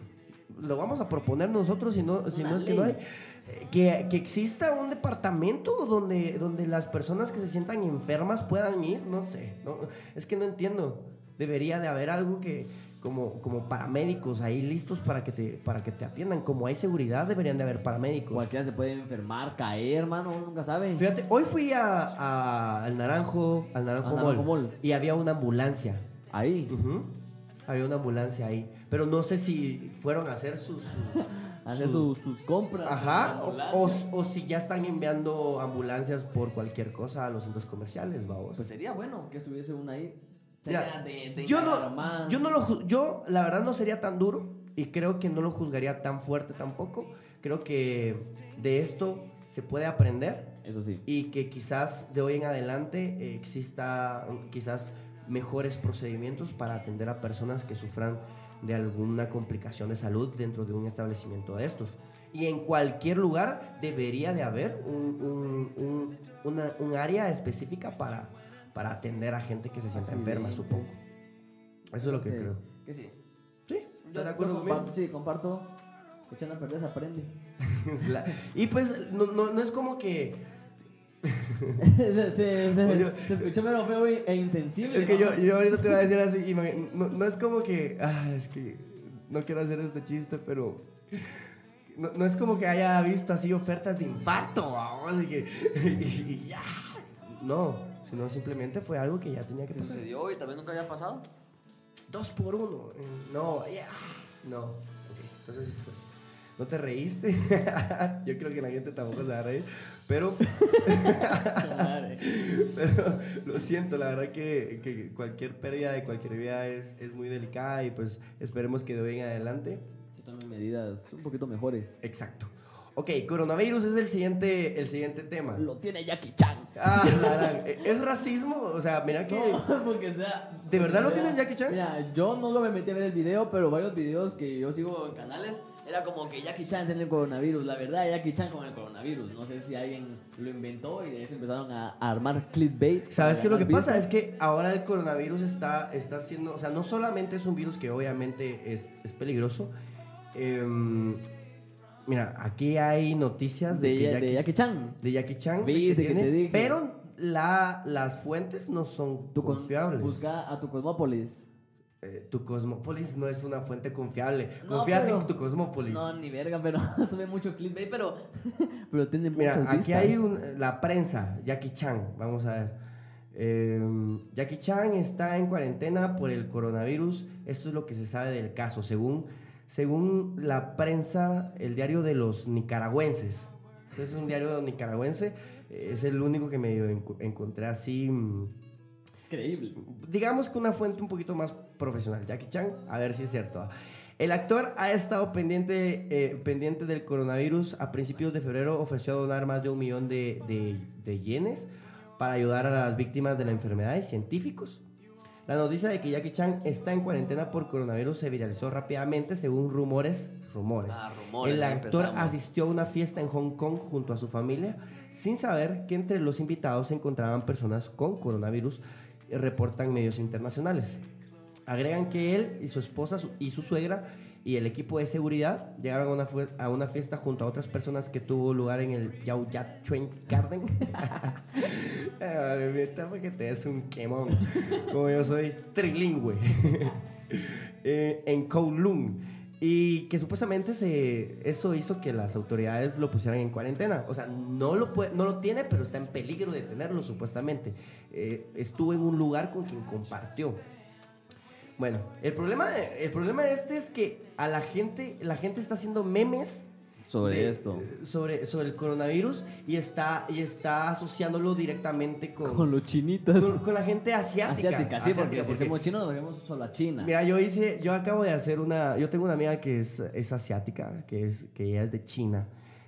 lo vamos a proponer nosotros si no, si
Una
no es que no hay,
ley.
eh, que, que exista un departamento donde, donde las personas que se sientan enfermas puedan ir, no sé, no, es que no entiendo, debería de haber algo que como, como paramédicos ahí listos para que, te, para que te atiendan, como hay seguridad deberían de haber paramédicos.
Cualquiera se puede enfermar, caer, hermano, uno nunca sabe.
Fíjate, hoy fui a, a- al Naranjo, al Naranjo,
Al Naranjo
Mall,
Mall.
y había una ambulancia.
Ahí.
Ujú. Había una ambulancia ahí. Pero no sé si fueron a hacer sus. su-
Hacer
su-
su- sus compras.
[laughs] Ajá.
su
O, o-
ambulancia.
o si ya están enviando ambulancias por cualquier cosa a los centros comerciales, vamos.
Pues sería bueno que estuviese una ahí.
Mira,
Sería de, de
yo
indagar
no,
más.
yo no lo ju- yo la verdad no sería tan duro y creo que no lo juzgaría tan fuerte tampoco. Creo que de esto se puede aprender
Eso sí.
y que quizás de hoy en adelante eh, exista eh, quizás mejores procedimientos para atender a personas que sufran de alguna complicación de salud dentro de un establecimiento de estos. Y en cualquier lugar debería de haber un, un- un- una- un área específica para, para atender a gente que se sienta enferma,
Accidentes.
supongo. Eso es lo que
Eh,
creo.
Que sí.
Sí,
Yo,
¿estás de
yo
acuerdo conmigo?
comparto, sí, comparto. Echando a perder se aprende.
[laughs]
[laughs]
La- Y pues no, no- no es como que...
se, se, se-
Oye,
se escuchó pero feo e e insensible.
Es que yo,
mano.
yo ahorita te iba a decir así, imagi- no, no es como que, ah, es que no quiero hacer este chiste, pero no, no es como que haya visto así ofertas de infarto, vamos, y que, [laughs] y ya. No, sino simplemente fue algo que ya tenía que pasar.
sucedió y también nunca había pasado.
Dos por uno, eh, no, ya, no. Ok, entonces, pues, no te reíste, [laughs] yo creo que la gente tampoco se va a reír, pero... [laughs] Pero lo siento, la verdad que, que cualquier pérdida de cualquier vida es, es muy delicada y pues esperemos que de hoy en adelante.
Se tomen medidas un poquito mejores.
Exacto. Ok, coronavirus es el siguiente, el siguiente tema.
Lo tiene Jackie Chan.
Ah, caray, ¿Es racismo? O sea, mira que...
No, [laughs] porque o sea.
¿De verdad lo
mira,
tienen Jackie Chan?
Mira, yo no lo me metí a ver el video, pero varios videos que yo sigo en canales era como que Jackie Chan tiene el coronavirus. La verdad, Jackie Chan con el coronavirus. No sé si alguien lo inventó y de eso empezaron a armar clickbait.
¿Sabes
para
qué? Lo que
ganar
pasa es
vistas.
que ahora el coronavirus está, está siendo, o sea, no solamente es un virus que obviamente es, es peligroso. em, mira, aquí hay noticias de,
De,
que
de
Jackie,
Jackie Chan.
de Jackie Chan,
Viste que te dije.
pero la- las fuentes no son
Tu con-
confiables.
busca a tu Cosmópolis.
Eh, tu Cosmopolis no es una fuente confiable.
No,
Confías
pero-
en tu Cosmopolis.
No, ni verga, pero [laughs] sube mucho clickbait, pero, [laughs] pero tiene
Mira,
muchas
aquí
vistas.
hay un- la prensa, Jackie Chan, vamos a ver. Eh, Jackie Chan está en cuarentena por el coronavirus, esto es lo que se sabe del caso, según, según la prensa, el diario de los nicaragüenses. Este es un diario nicaragüense, eh, es el único que medio encu- encontré así, mm,
Increíble.
digamos que una fuente un poquito más profesional, Jackie Chan, a ver si es cierto. ¿ah? El actor ha estado pendiente, eh, pendiente del coronavirus. A principios de febrero ofreció donar más de un millón de, de- de yenes para ayudar a las víctimas de la enfermedad y científicos. La noticia de que Jackie Chan está en cuarentena por coronavirus se viralizó rápidamente según rumores. Rumores.
Ah, rumores,
El
ya
actor
empezamos.
asistió a una fiesta en Hong Kong junto a su familia sin saber que entre los invitados se encontraban personas con coronavirus, eh, reportan medios internacionales. Agregan que él y su esposa su- y su suegra y el equipo de seguridad llegaron a una, fue- a una fiesta junto a otras personas que tuvo lugar en el Yao Yat Chuen Garden. [laughs] Eh, Ahorita porque te des un quemón. Como yo soy trilingüe. Eh, en Kowloon. Y que supuestamente se, eso hizo que las autoridades lo pusieran en cuarentena. O sea, no lo, puede- no lo tiene, pero está en peligro de tenerlo, supuestamente. Eh, estuvo en un lugar con quien compartió. Bueno, el problema, de- el problema de este es que a la gente, la gente está haciendo memes
Sobre
de-
esto.
Sobre, sobre el coronavirus y está, y está asociándolo directamente con,
Con
con,
los chinitas.
con la gente asiática.
Asiática, sí, porque,
Asiática,
si hacemos chino nos vemos solo a China.
Mira, yo hice, yo acabo de hacer una, yo tengo una amiga que es, es asiática, que es, que ella es de China,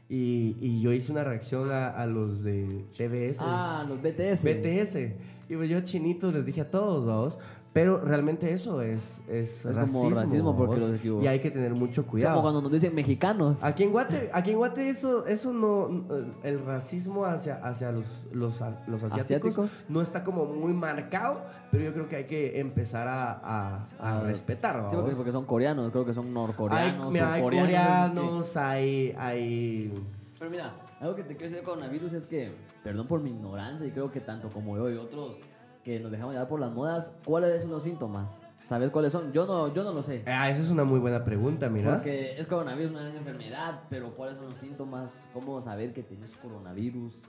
y, y yo hice una reacción a, a los de TBS,
ah, los BTS.
BTS, y pues yo chinito les dije a todos, vamos, pero realmente eso es, es,
Es como racismo, porque
vamos,
los equivocó.
y hay que tener mucho
Es como
cuidado. Ah,
cuando nos dicen mexicanos.
Aquí en Guate, aquí en Guate eso, eso no, no, el racismo hacia, hacia los, los, a- los asiáticos,
¿Asiáticos?
no está como muy marcado, pero yo creo que hay que empezar a, a, a
Ah,
respetar,
Sí, porque,
¿vamos?
porque son coreanos, creo que son norcoreanos.
hay, mira, hay
surcoreanos, no sé qué.
coreanos, hay, hay...
Pero mira, algo que te quiero decir del coronavirus es que, perdón por mi ignorancia, y creo que tanto como yo y otros que nos dejamos llevar por las modas, ¿cuáles son los síntomas? ¿Sabes cuáles son? Yo no, yo no lo sé.
Ah, esa es una muy buena pregunta, mira.
Porque es coronavirus, no es enfermedad, pero ¿cuáles son los síntomas? ¿Cómo saber que tienes coronavirus?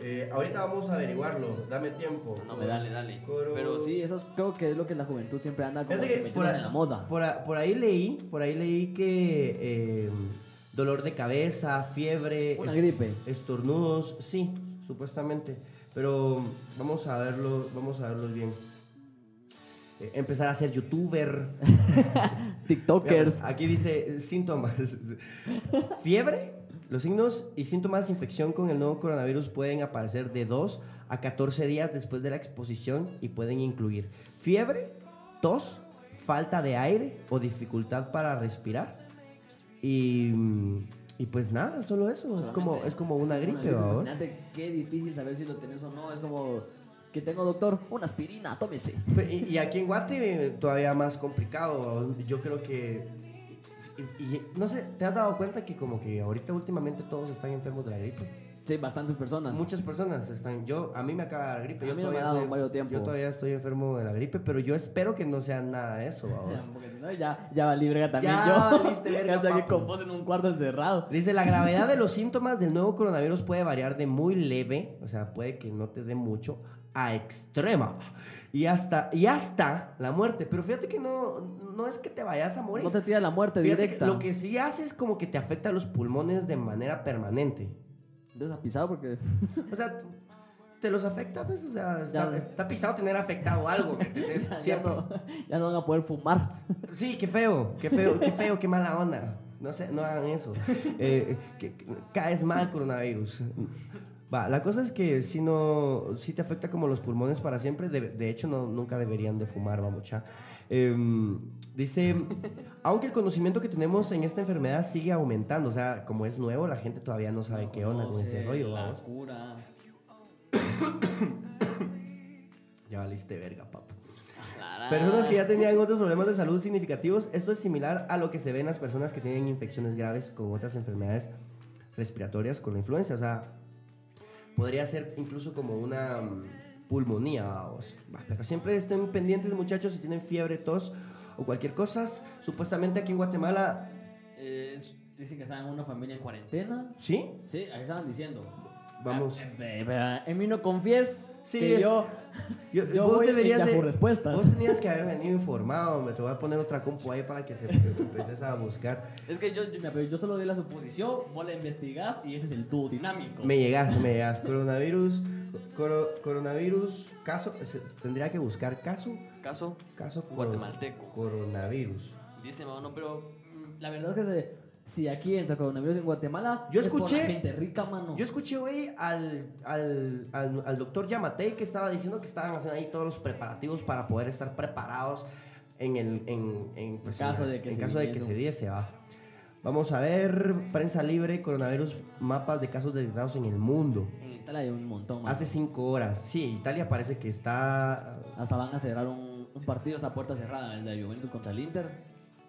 Eh, ahorita vamos a averiguarlo, dame tiempo.
No, me dale, dale.
Coro-
Pero sí, eso es- creo que es lo que la juventud siempre anda como
Fíjate
que
que por,
metiéndose
a-
en la moda.
por a- por ahí leí, por ahí leí que eh, dolor de cabeza, fiebre,
Una
es-
gripe.
estornudos, sí, supuestamente. Pero vamos a verlo, vamos a verlos bien. Eh, empezar a ser youtuber.
TikTokers.
Aquí dice eh, síntomas. [laughs] Fiebre. Los signos y síntomas de infección con el nuevo coronavirus pueden aparecer de 2 a 14 días después de la exposición y pueden incluir fiebre, tos, falta de aire o dificultad para respirar. Y, mm, y pues nada, solo eso. Es como,
Solamente
es como una gripe, ¿va?
Imagínate qué difícil saber si lo tenés o no. Es como, que tengo doctor? Una aspirina, tómese.
Pues, Y, y aquí en Guate eh, todavía más complicado. ¿va? Yo creo que... y- y- no sé, ¿te has dado cuenta que como que ahorita últimamente todos están enfermos de la gripe?
Ah, Sí, bastantes personas.
Muchas personas están. Yo, a mí me acaba de dar gripe.
A
yo
mí no me
todavía
ha dado
estoy-
varios tiempo.
Yo todavía estoy enfermo de la gripe, pero yo espero que no sea nada de eso.
O
babos.
sea, porque si no, ya, ya valí verga también
Ya
yo.
valiste verga,
[laughs] Ya estoy aquí
papu.
con vos en un cuarto encerrado.
Dice, la gravedad de los síntomas del nuevo coronavirus puede variar de muy leve, o sea, puede que no te dé mucho, a extrema. Y hasta, y hasta la muerte. Pero fíjate que no, no es que te vayas a morir.
No te tira la muerte
Fíjate que
directa.
Lo que sí hace es como que te afecta los pulmones de manera permanente.
Entonces, a pisado porque... [laughs]
O sea, te los afecta, pues, o sea, está,
Ya.
está pisado tener afectado algo, ¿me entiendes?
[laughs] ya,
Siempre.
no, ya no van a poder fumar.
Sí, qué feo, qué feo, qué feo, qué mala onda. No, sé, no hagan eso. Eh, que- que- caes mal, coronavirus. Va, la cosa es que si no, si te afecta como los pulmones para siempre, de, de hecho no, nunca deberían de fumar, vamos, ya. dice, aunque el conocimiento que tenemos en esta enfermedad sigue aumentando, o sea, como es nuevo, la gente todavía no sabe qué onda con
Conoce
este rollo,
la
vamos.
cura.
Ya valiste verga, papo.
Claro.
Personas
Ah.
que ya tenían otros problemas de salud significativos, esto es similar a lo que se ve en las personas que tienen infecciones graves con otras enfermedades respiratorias con la influenza. O sea, podría ser incluso como una mm, pulmonía, vamos. Va, Pero siempre estén pendientes, muchachos, si tienen fiebre, tos o cualquier cosa. Supuestamente aquí en Guatemala,
Eh, es- dicen que estaban en una familia en cuarentena.
¿sí?
Sí, ahí estaban diciendo.
Vamos.
Ah, eh, eh, eh, Emino, confies
Sí,
que
es-
yo, yo,
vos
voy
deberías
en
de-
Yahoo Respuestas.
Vos tenías que haber venido informado, me te voy a poner otra compu ahí para que te, te empieces a buscar.
Es que yo, yo, mira, pero yo solo doy la suposición, vos la investigás y ese es el tubo dinámico.
Me llegas, me llegas. Coronavirus, coro- coronavirus, caso, se- tendría que buscar caso,
Caso
caso coro-
Guatemalteco.
Coronavirus.
Dice, no, pero mm, la verdad es que se- si aquí entra coronavirus en Guatemala,
Yo
es por la
escuché-
gente rica, mano.
Yo escuché, güey, al, al, al, al doctor Yamatei que estaba diciendo que estaban haciendo ahí todos los preparativos para poder estar preparados en el en, en, pues,
Caso
en-
de que
en
se
caso de que
viniese.
se diese, va. Vamos a ver, prensa libre, coronavirus, mapas de casos detectados en el mundo.
En Italia hay un montón, mano.
Hace cinco horas. Sí, Italia parece que está
Hasta van a cerrar un, un partido, está puerta cerrada. El de Juventus contra el Inter,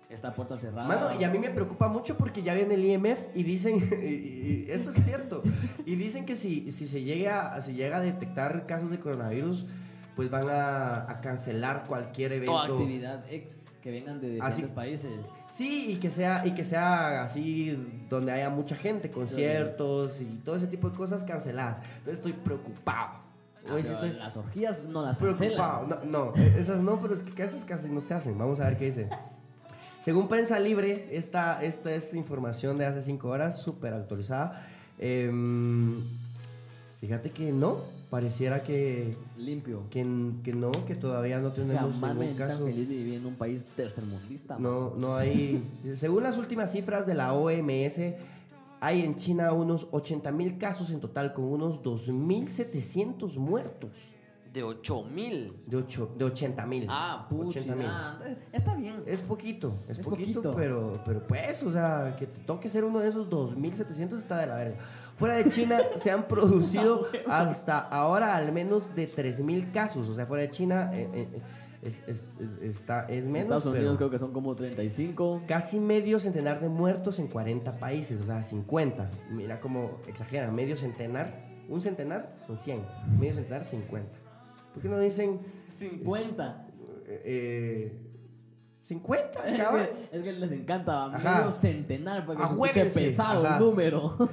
está puerta cerrada.
Mano, y a mí me preocupa mucho porque ya viene el IMF y dicen, [laughs] y- y esto es cierto, y dicen que si, si se llega, si llega a detectar casos de coronavirus, pues van a, a cancelar cualquier evento.
Toda actividad ex que vengan de
Así-
diferentes países.
Sí, y que sea, y que sea así donde haya mucha gente, conciertos y todo ese tipo de cosas canceladas. Entonces estoy preocupado.
Ah,
Hoy sí
pero
estoy
Las orgías no las cancelan.
preocupado. No, no, esas no, pero es que esas casi no se hacen. Vamos a ver qué
[laughs]
dice. Según Prensa Libre, esta, esta es información de hace 5 horas, súper actualizada. Em, fíjate que no, pareciera que,
Limpio.
que, que no, que todavía no tenemos
Jamás me
ningún
ven tan
caso.
feliz de vivir en un país tercermundista. mano.
No, no hay. Según las últimas cifras de la OMS, hay en China unos 80 mil casos en total, con unos 2.700 muertos.
De 8000.
De, ocho- de 80 mil. Eh,
Ah, pucha. ah, Está bien.
Es poquito, es,
Es
poquito,
poquito.
Pero, pero pues, o sea, que te toque ser uno de esos 2.700 está de la verga. Fuera de China se
[laughs]
han producido hasta ahora al menos de 3.000 casos. O sea, fuera de China eh, eh, es, es- es- está, es
En
menos.
Estados Unidos
pero
creo que son como 35.
Casi medio centenar de muertos en 40 países, o sea, 50. Mira cómo exagera, medio centenar, un centenar son 100, medio centenar 50. ¿Por qué no dicen
50.
eh, eh, 50,
[laughs]
chaval?
Es que les encanta
Ajá.
medio centenar porque se escuche
Ajuéguense.
pesado
Ajá.
el número.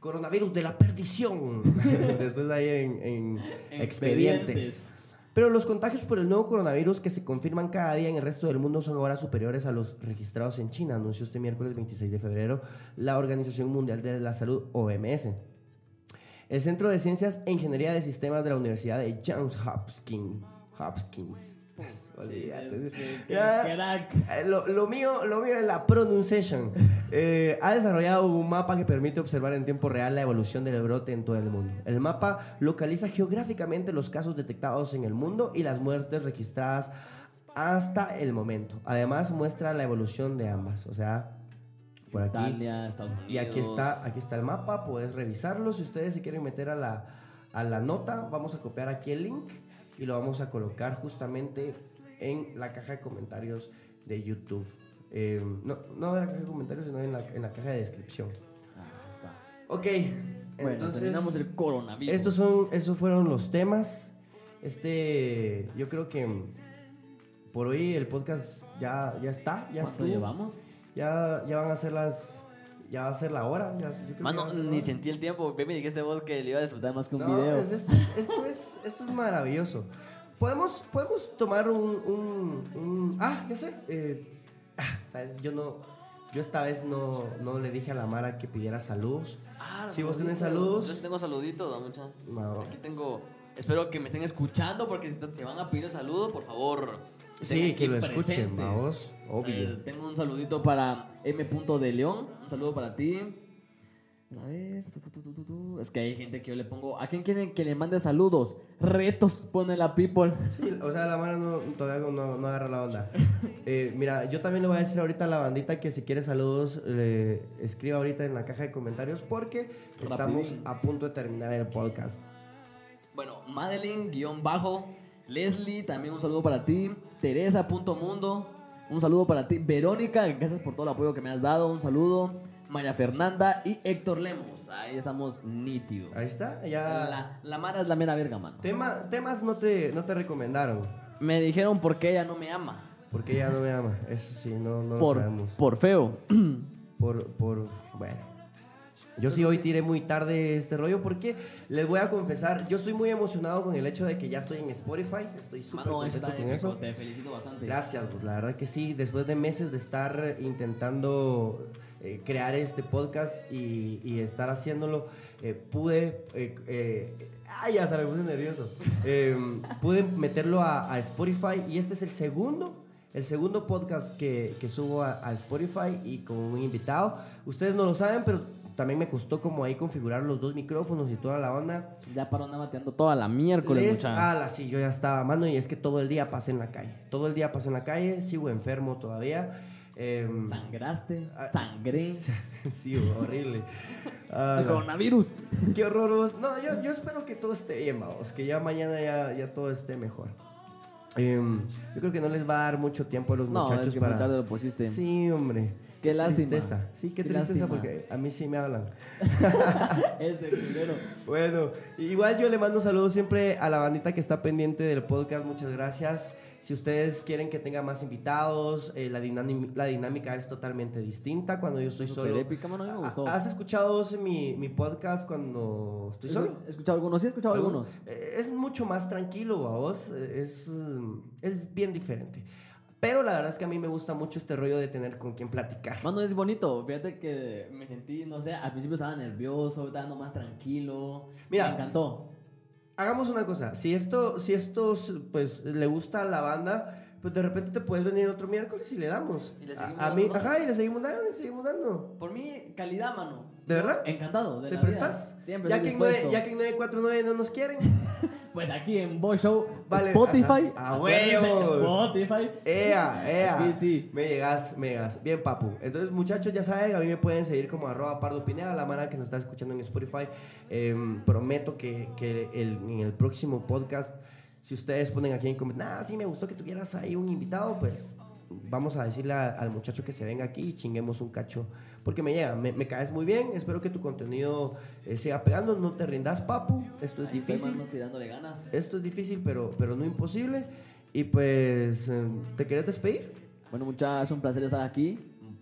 Coronavirus de la perdición. [laughs] Después ahí en, en [laughs] expedientes.
Expedientes.
Pero los contagios por el nuevo coronavirus que se confirman cada día en el resto del mundo son ahora superiores a los registrados en China, anunció este miércoles 26 de febrero la Organización Mundial de la Salud, OMS. El Centro de Ciencias e Ingeniería de Sistemas de la Universidad de Johns Hopkins. Hopkins. Olvídate.
Sí, es que- que-
Ya.
Crack.
Eh, Lo, lo mío, lo mío es la pronunciation. Eh, ha desarrollado un mapa que permite observar en tiempo real la evolución del brote en todo el mundo. El mapa localiza geográficamente los casos detectados en el mundo y las muertes registradas hasta el momento. Además muestra la evolución de ambas, o sea, por aquí.
Italia, Estados Unidos.
Y aquí está, aquí está el mapa, puedes revisarlo. Si ustedes se quieren meter a la, a la nota, vamos a copiar aquí el link y lo vamos a colocar justamente en la caja de comentarios de YouTube. Eh, no, no en la caja de comentarios, sino en la, en la caja de descripción.
Ah, está.
Ok,
Bueno,
entonces
terminamos el coronavirus.
estos son, esos fueron los temas. Este, yo creo que mm, por hoy el podcast ya, ya está. Ya
¿Cuánto
estuvo.
llevamos?
Ya, ya van a ser las. Ya va a ser la hora. ya- yo creo que ya va
Mano,
a ser la
ni
hora.
sentí el tiempo. Ve, me dijiste vos que le iba a disfrutar más que un
No,
video.
es- esto, esto es, esto es maravilloso. Podemos, podemos tomar un, un- un- Ah, ya sé. eh, ah, ¿sabes? Yo no. Yo esta vez no, no le dije a la Mara que pidiera saludos.
Ah,
si vos tenés
saluditos.
saludos.
Yo sí tengo saluditos, da mucha.
No.
Aquí tengo. Espero que me estén escuchando porque si te- si van a pedir un saludo, por favor,
Sí,
tenga
que lo
presentes.
escuchen, vamos.
O sea,
Obvio.
tengo un saludito para M. de León. Un saludo para ti. A ver, tu, tu, tu, tu, tu, tu. Es que hay gente que yo le pongo. ¿A quién quieren que le mande saludos? Retos, pone la people.
Sí, o sea, la mano no, todavía no, no agarra la onda. Eh, mira, yo también le voy a decir ahorita a la bandita que si quiere saludos, eh, escriba ahorita en la caja de comentarios porque estamos
Rapidín.
a punto de terminar el podcast.
Bueno, Madeline, guión bajo. Leslie, también un saludo para ti. Teresa.mundo, un saludo para ti. Verónica, gracias por todo el apoyo que me has dado, un saludo. María Fernanda y Héctor Lemos. Ahí estamos nítido.
Ahí está, ya.
La, la Mara es la mera verga, mano.
Tema- temas no te, no te recomendaron
Me dijeron por qué ella no me ama.
porque ella no me ama. Eso sí, no, no lo
Por,
sabemos.
por feo.
[clears throat] Por, por, bueno. Yo sí hoy tiré muy tarde este rollo porque les voy a confesar, yo estoy muy emocionado con el hecho de que ya estoy en Spotify. Estoy súper
Mano,
contento
está
con
épico,
eso.
te felicito bastante.
Gracias, pues, la verdad que sí, después de meses de estar intentando eh, crear este podcast y, y estar haciéndolo, eh, pude... eh, eh, ah, ya se me puse nervioso. [laughs] Eh, pude meterlo a, a Spotify y este es el segundo. El segundo podcast que, que subo a, a Spotify y con un invitado. Ustedes no lo saben, pero también me costó como ahí configurar los dos micrófonos y toda la onda.
Ya paró andaba mateando toda la miércoles,
Les-
mucha.
ala, sí, yo ya estaba, mano, y es que todo el día pasé en la calle. Todo el día pasé en la calle, sigo enfermo todavía. em,
Sangraste,
Ah,
sangré.
[laughs] sí,
[laughs]
horrible. Ala,
El coronavirus.
qué horroros. No, yo, yo espero que todo esté bien, vamos, que ya mañana ya, ya todo esté mejor. Em, yo creo que no les va a dar mucho tiempo a los
No,
muchachos
es que
para...
muy tarde lo pusiste. [laughs]
Sí, hombre.
Qué lástima.
Tristeza. Sí, qué,
Qué
tristeza
lástima.
porque a mí sí me hablan.
Este primero.
Bueno, igual yo le mando saludos siempre a la bandita que está pendiente del podcast, muchas gracias. Si ustedes quieren que tenga más invitados, eh, la, dinami- la dinámica es totalmente distinta cuando yo estoy
Súper
solo.
épica, mano, a mí me
Ah,
gustó.
¿Has escuchado vos mi, mi podcast cuando estoy solo?
He escuchado algunos, sí he escuchado algunos.
Eh, Es mucho más tranquilo, vos. Es, mm, es bien diferente. Pero la verdad es que a mí me gusta mucho este rollo de tener con quien platicar.
Mano, es bonito. Fíjate que me sentí, no sé, al principio estaba nervioso, ahorita ando más tranquilo.
Mira.
Me encantó.
Hagamos una cosa, si esto, si esto pues le gusta a la banda, pues de repente te puedes venir otro miércoles y le damos.
Y le seguimos
a, a mí,
dando, ¿no?
ajá, y le seguimos dando, le seguimos dando.
Por mí, calidad, mano.
¿De verdad?
Encantado, de
¿Te
la
prestas?
vida. Siempre
ya
estoy
que, en nueve-
dispuesto.
ya que en 949 no nos quieren.
Pues aquí en Boy Show,
Vale,
Spotify.
ajá. ¡A
acuérdense,
huevos!
Spotify.
ea, ea.
Aquí sí.
Me llegas, me llegas. Bien, papu. Entonces, muchachos, ya saben, a mí me pueden seguir como arroba pardo pineda, la mano que nos está escuchando en Spotify. Em, prometo que, que el- en el próximo podcast, si ustedes ponen aquí en comentarios, ah, sí, me gustó que tuvieras ahí un invitado, pues vamos a decirle a- al muchacho que se venga aquí y chinguemos un cacho. Porque me llega, me, me caes muy bien, espero que tu contenido eh, siga pegando, no te rindas, papu. Esto es
Ahí estoy,
difícil.
mano, tirándole ganas.
Esto es difícil, pero, pero no imposible. Y pues, eh, ¿te querés despedir?
Bueno, muchachos, es un placer estar aquí.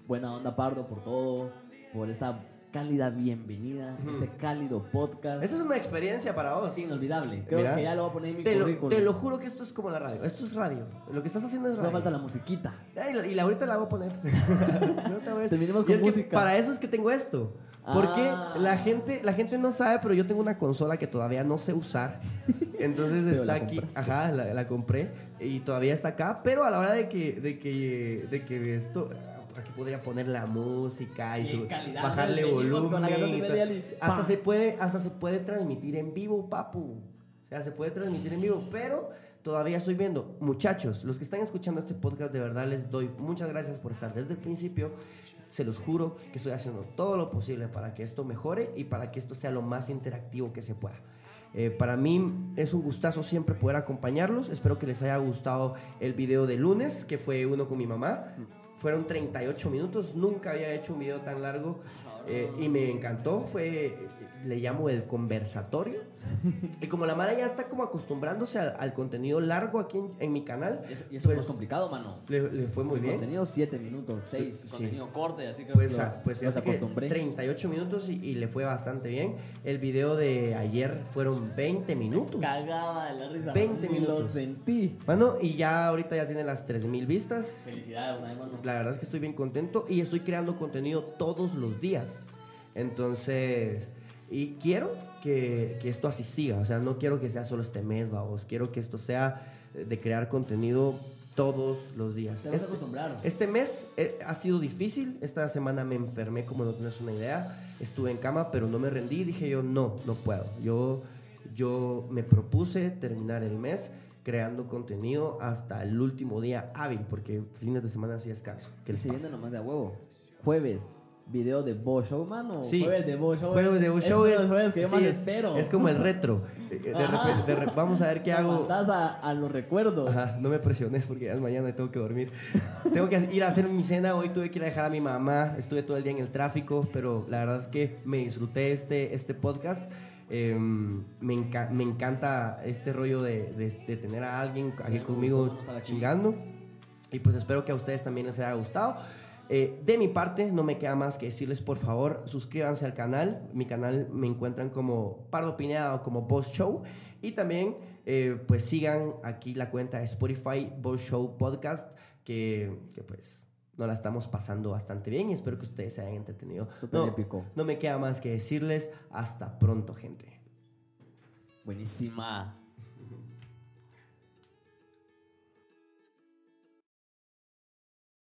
Buena onda, Pardo, por todo, por esta cálida bienvenida, este cálido podcast.
Esta es una experiencia para vos.
inolvidable. Creo
Mira,
que ya lo voy a poner en mi
te lo,
currículum.
te lo juro que esto es como la radio. Esto es radio. Lo que estás haciendo es
Solo
radio.
falta la musiquita.
Ah, y, la, y la ahorita la voy a
[laughs]
poner. [laughs] Yo te voy a-
Terminemos
Y
con
es que
música.
para eso es que tengo esto. Porque
Ah.
la, gente, la gente no sabe, pero yo tengo una consola que todavía no sé
[laughs]
usar. Entonces
Pero
está
la
aquí.
compraste.
Ajá, la, la compré y todavía está acá. Pero a la hora de que, de que, de que esto. Aquí podría poner la música y
Qué
su-
calidad,
bajarle
venimos
volumen.
con la canción de
y
Billie
tal.
Eilish.
hasta,
Pa.
se puede, hasta se puede transmitir en vivo, papu. O sea, se puede transmitir en vivo, pero todavía estoy viendo. Muchachos, los que están escuchando este podcast, de verdad les doy muchas gracias por estar desde el principio. Se los juro que estoy haciendo todo lo posible para que esto mejore y para que esto sea lo más interactivo que se pueda. Eh, para mí es un gustazo siempre poder acompañarlos. Espero que les haya gustado el video de lunes, que fue uno con mi mamá. Fueron 38 minutos, nunca había hecho un video tan largo eh, y me encantó. Fue, le llamo el conversatorio. Y como la Mara ya está como acostumbrándose al, al contenido largo aquí en, en mi canal,
Es- y eso
pues,
es más complicado, mano.
le, le fue muy
El
bien.
Contenido 7 minutos, 6.
Sí.
Contenido corte, así que
Pues,
lo-
a- pues
los
fíjate que
acostumbré.
38 minutos y, y le fue bastante bien. El video de ayer fueron 20 minutos.
Cagaba de la risa.
20
mano, ni Lo
minutos.
sentí.
Bueno, y ya ahorita ya tiene las 3.000 vistas.
Felicidades, una vez, mano.
La verdad es que estoy bien contento y estoy creando contenido todos los días. Entonces, y quiero que, que esto así siga. O sea, no quiero que sea solo este mes, vamos. Quiero que esto sea eh, de crear contenido todos los días.
Te vas a
Este-
acostumbrar.
este mes eh, ha sido difícil. Esta semana me enfermé, como no tienes una idea. Estuve en cama, pero no me rendí. Dije yo, no, no puedo. Yo, yo me propuse terminar el mes creando contenido hasta el último día hábil, porque fines de semana sí descanso. ¿Qué
Que
les
se
pasa?
viene nomás de a huevo. Jueves, video de Bo Show, mano.
Sí.
Jueves de Bo Show.
Jueves
es-
de Bo
es
Show
uno de
es-
los jueves que yo
sí,
más
es-
espero.
Es como el retro. Eh, de
Ajá.
repente-
[laughs]
de re- vamos a ver qué
Te
hago.
mandás a, a los recuerdos.
Ajá, no me presiones porque ya es mañana y tengo que dormir. tengo que ir a hacer mi cena. Hoy tuve que ir a dejar a mi mamá. Estuve todo el día en el tráfico, pero la verdad es que me disfruté este, este podcast. Em, me, enca- me encanta este rollo de, de- de tener a alguien aquí
Me gustó
conmigo
cuando estaba aquí.
chingando. Y pues espero que a ustedes también les haya gustado. Eh, de mi parte, no me queda más que decirles, por favor, suscríbanse al canal. Mi canal me encuentran como Pardo Pineda o como Boss Show. Y también, eh, pues sigan aquí la cuenta de Spotify, Boss Show Podcast, que, que, pues nos la estamos pasando bastante bien y espero que ustedes se hayan entretenido.
Súper
No,
épico.
No me queda más que decirles, hasta pronto, gente.
Buenísima.